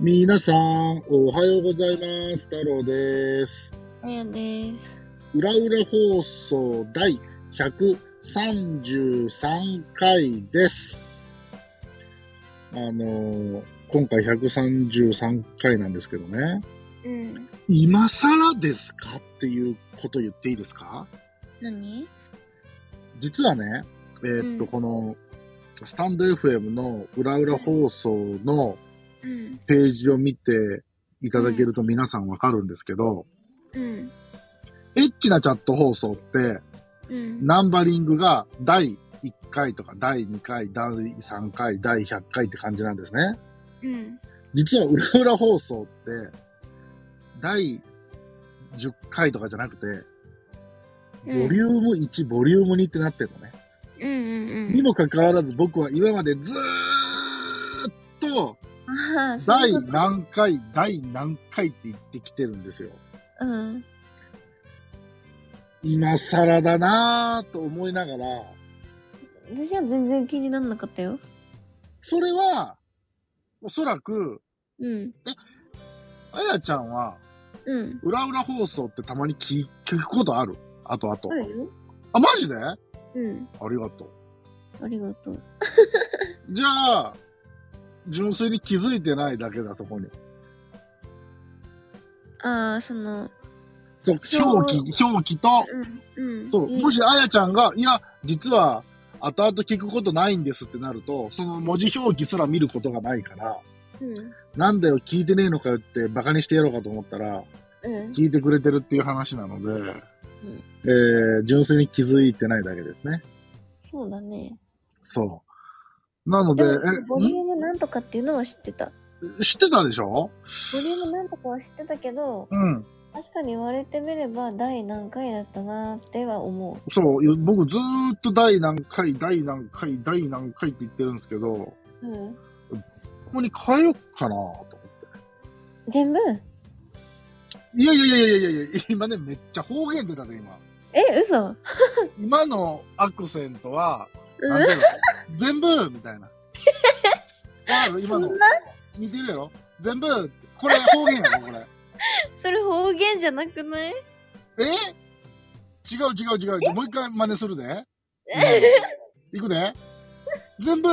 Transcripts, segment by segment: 皆さん、おはようございます。太郎です。あやです。裏裏放送第133回です。あのー今回133回なんですけどね、うん。今更ですかっていうこと言っていいですか何？実はね、えーっと、うんこの、スタンド FM の裏裏放送のうんページを見ていただけると皆さんわかるんですけど、うんエッチなチャット放送って、うん。ナンバリングが第1回とか第2回、第3回、第100回って感じなんですね。うん実は裏裏放送って、第10回とかじゃなくて、うんボリューム1、ボリューム2ってなってるのね。うんうんうにん。もかかわらず僕は今までずーっと、ああ、そう第いうこと。何回、第何回って言ってきてるんですよ。うん今更だなぁと思いながら、私は全然気にならなかったよ。それは、おそらく、うんあやちゃんは、うん。裏裏放送ってたまに聞聞くことあるあとあと。あるよ。あ、マジであうん。りがとう。ありがとう。じゃあ、純粋に気づいてないだけだ、そこに。ああ、そのそう、そう表記、表記と、うんうん。そう、いいもしあやちゃんが、いや、実は、後々聞くことないんですってなると、その文字表記すら見ることがないから、うんなんだよ、聞いてねえのかよってバカにしてやろうかと思ったら、うん聞いてくれてるっていう話なので、んえー、純粋に気づいてないだけですね。そうだね。そう。なので、でえもそのボリュームなんとかっていうのは知ってた。ん知ってたでしょボリュームなんとかは知ってたけど、うん。確かに言われてみれば第何回だったなーっては思そう、僕ずーっと第何回、第何回、第何回って言ってるんですけど、こう。うん。こに変えようかなと思って。全部？いやいやいやいやいやいや、今ね、めっちゃ方言出たで、今。え、嘘？うん。今のアクセントは、なんだろう全部みたいな。わかる今のそん。な似てるやろ全部ってこれ方言やろこれ。それ方言じゃなくないえ違う違う違うもう一回真似するで。いくで。全 部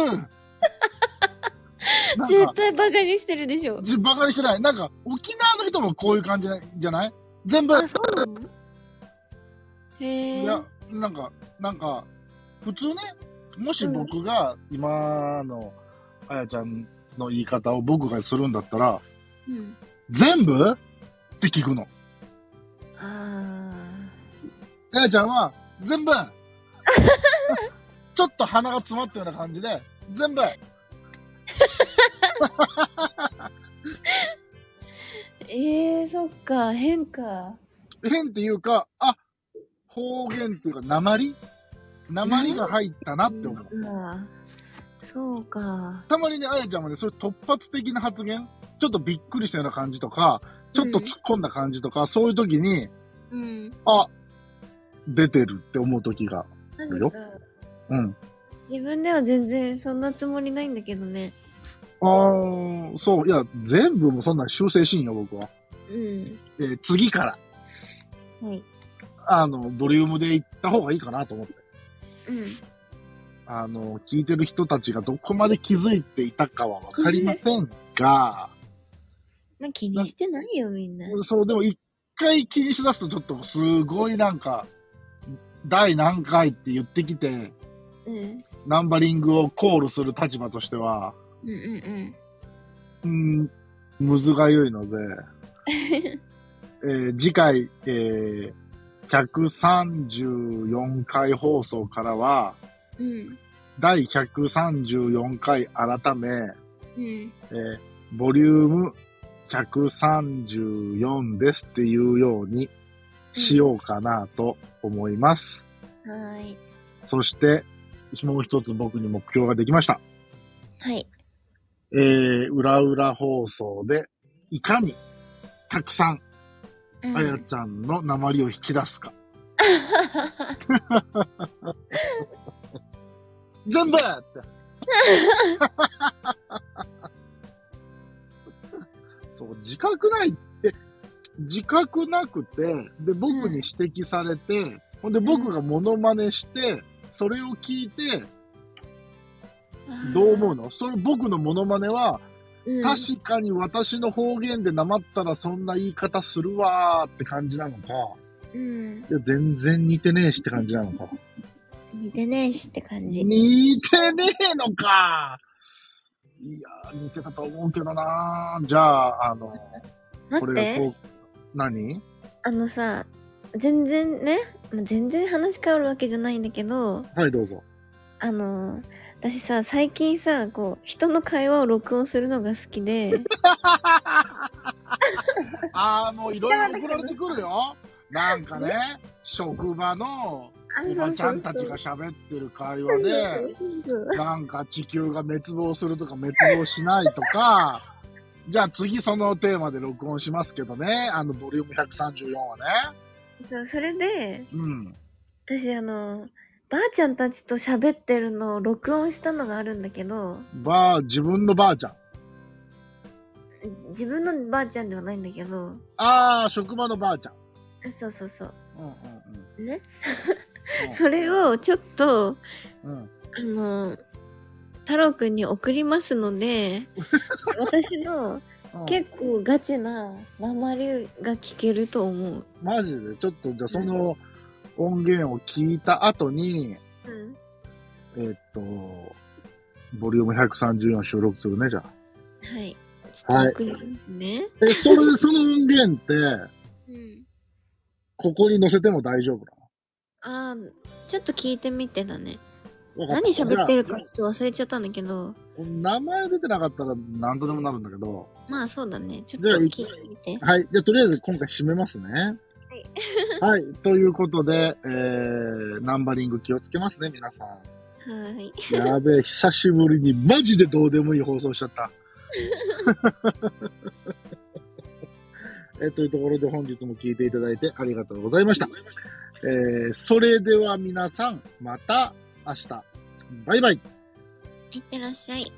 なん絶か、対バカにしてるでしょ。じバカにしてない。なんか、沖縄の人もこういう感じじゃない全部あ、そうなのへいえ。や、なんか、なんか、普通ね、もし僕が今のあやちゃんの言い方を僕がするんだったら、うん、全部って聞くの。ああやちゃんは、全部ちょっと鼻が詰まったような感じで、全部ーえー、そっか、変か。変っていうか、あ、方言っていうか、鉛鉛が入ったなって思う。うわそうか。たまにね、あやちゃんもね、そういう突発的な発言、ちょっとびっくりしたような感じとか、ちょっと突っ込んだ感じとか、そういう時に、うん。あ、出てるって思う時が。マいいよジか。うん。自分では全然そんなつもりないんだけどね。あー、そう、いや、全部もそんなん修正しんよ、僕は。うん。えー次から、はい。あの、ボリュームでいった方がいいかなと思って。うん。あの、聞いてる人たちがどこまで気づいていたかはわかりませんが、まあ、気にしてないよ、みんな。そう、でも一回気にしだすとちょっとすごいなんか、第何回って言ってきて、うん。ナンバリングをコールする立場としては、うんうんうーん、むずがゆいので、えー次回、えー134回放送からは、うん。うん。第134回改め、うん。えーボリューム134ですっていうようにしようかなと思います。はーい。そして、もう一つ僕に目標ができました。はい。えー、裏裏放送で、いかにたくさんうんあやちゃんの鉛を引き出すか。全部って。 そう、自覚ないって、自覚なくて、で、僕に指摘されて、ほんで僕がモノマネして、それを聞いて、どう思うのその僕のモノマネは、うん確かに私の方言でなまったらそんな言い方するわーって感じなのか、うん。いや、全然似てねえしって感じなのか。似てねえしって感じ。似てねえのかいやー、似てたと思うけどなー。じゃあ、あの、待こっれがて、こう、何あのさ、全然ね、まあ全然話変わるわけじゃないんだけど、はい、どうぞ。あのー、私さ、最近さ、こう、人の会話を録音するのが好きで、あー、もういろいろ送られてくるよ。なんかね、職場のあ おばちゃんたちが喋ってる会話で、 なんか地球が滅亡するとか滅亡しないとか、じゃあ次そのテーマで録音しますけどね、あのボリューム134はね。そう、それで、うん。私あのー、ばあちゃんたちと喋ってるのを録音したのがあるんだけど、ばあ、自分のばあちゃん。自分のばあちゃんではないんだけど、ああ、職場のばあちゃん。そうそうそう。うんうんうん。ね うんそれをちょっと、うん。あの、太郎くんに送りますので、私のうん結構ガチな鉛が聞けると思う。マジで、ちょっと、じゃあその音源を聞いた後に、うん。えっと、ボリューム134収録するね、じゃあ。はい。ちょっと送りますね。え、そ れ、その音源って、うん。ここに載せても大丈夫なあーちょっと聞いてみてだね。の何喋ってるじゃかちょっと忘れちゃったんだけど、あ名前出てなかったら何とでもなるんだけど。まあそうだね。ちょっじゃあと聞いてみて。はい。じゃあ、とりあえず今回締めますね。 はい。はい。ということで、えー、ナンバリング気をつけますね、皆さん。はい。やべえ、 久しぶりにマジでどうでもいい放送しちゃった。 えというところで本日も聞いていただいてありがとうございました。えーそれでは皆さん、また明日。バイバイ。いってらっしゃい。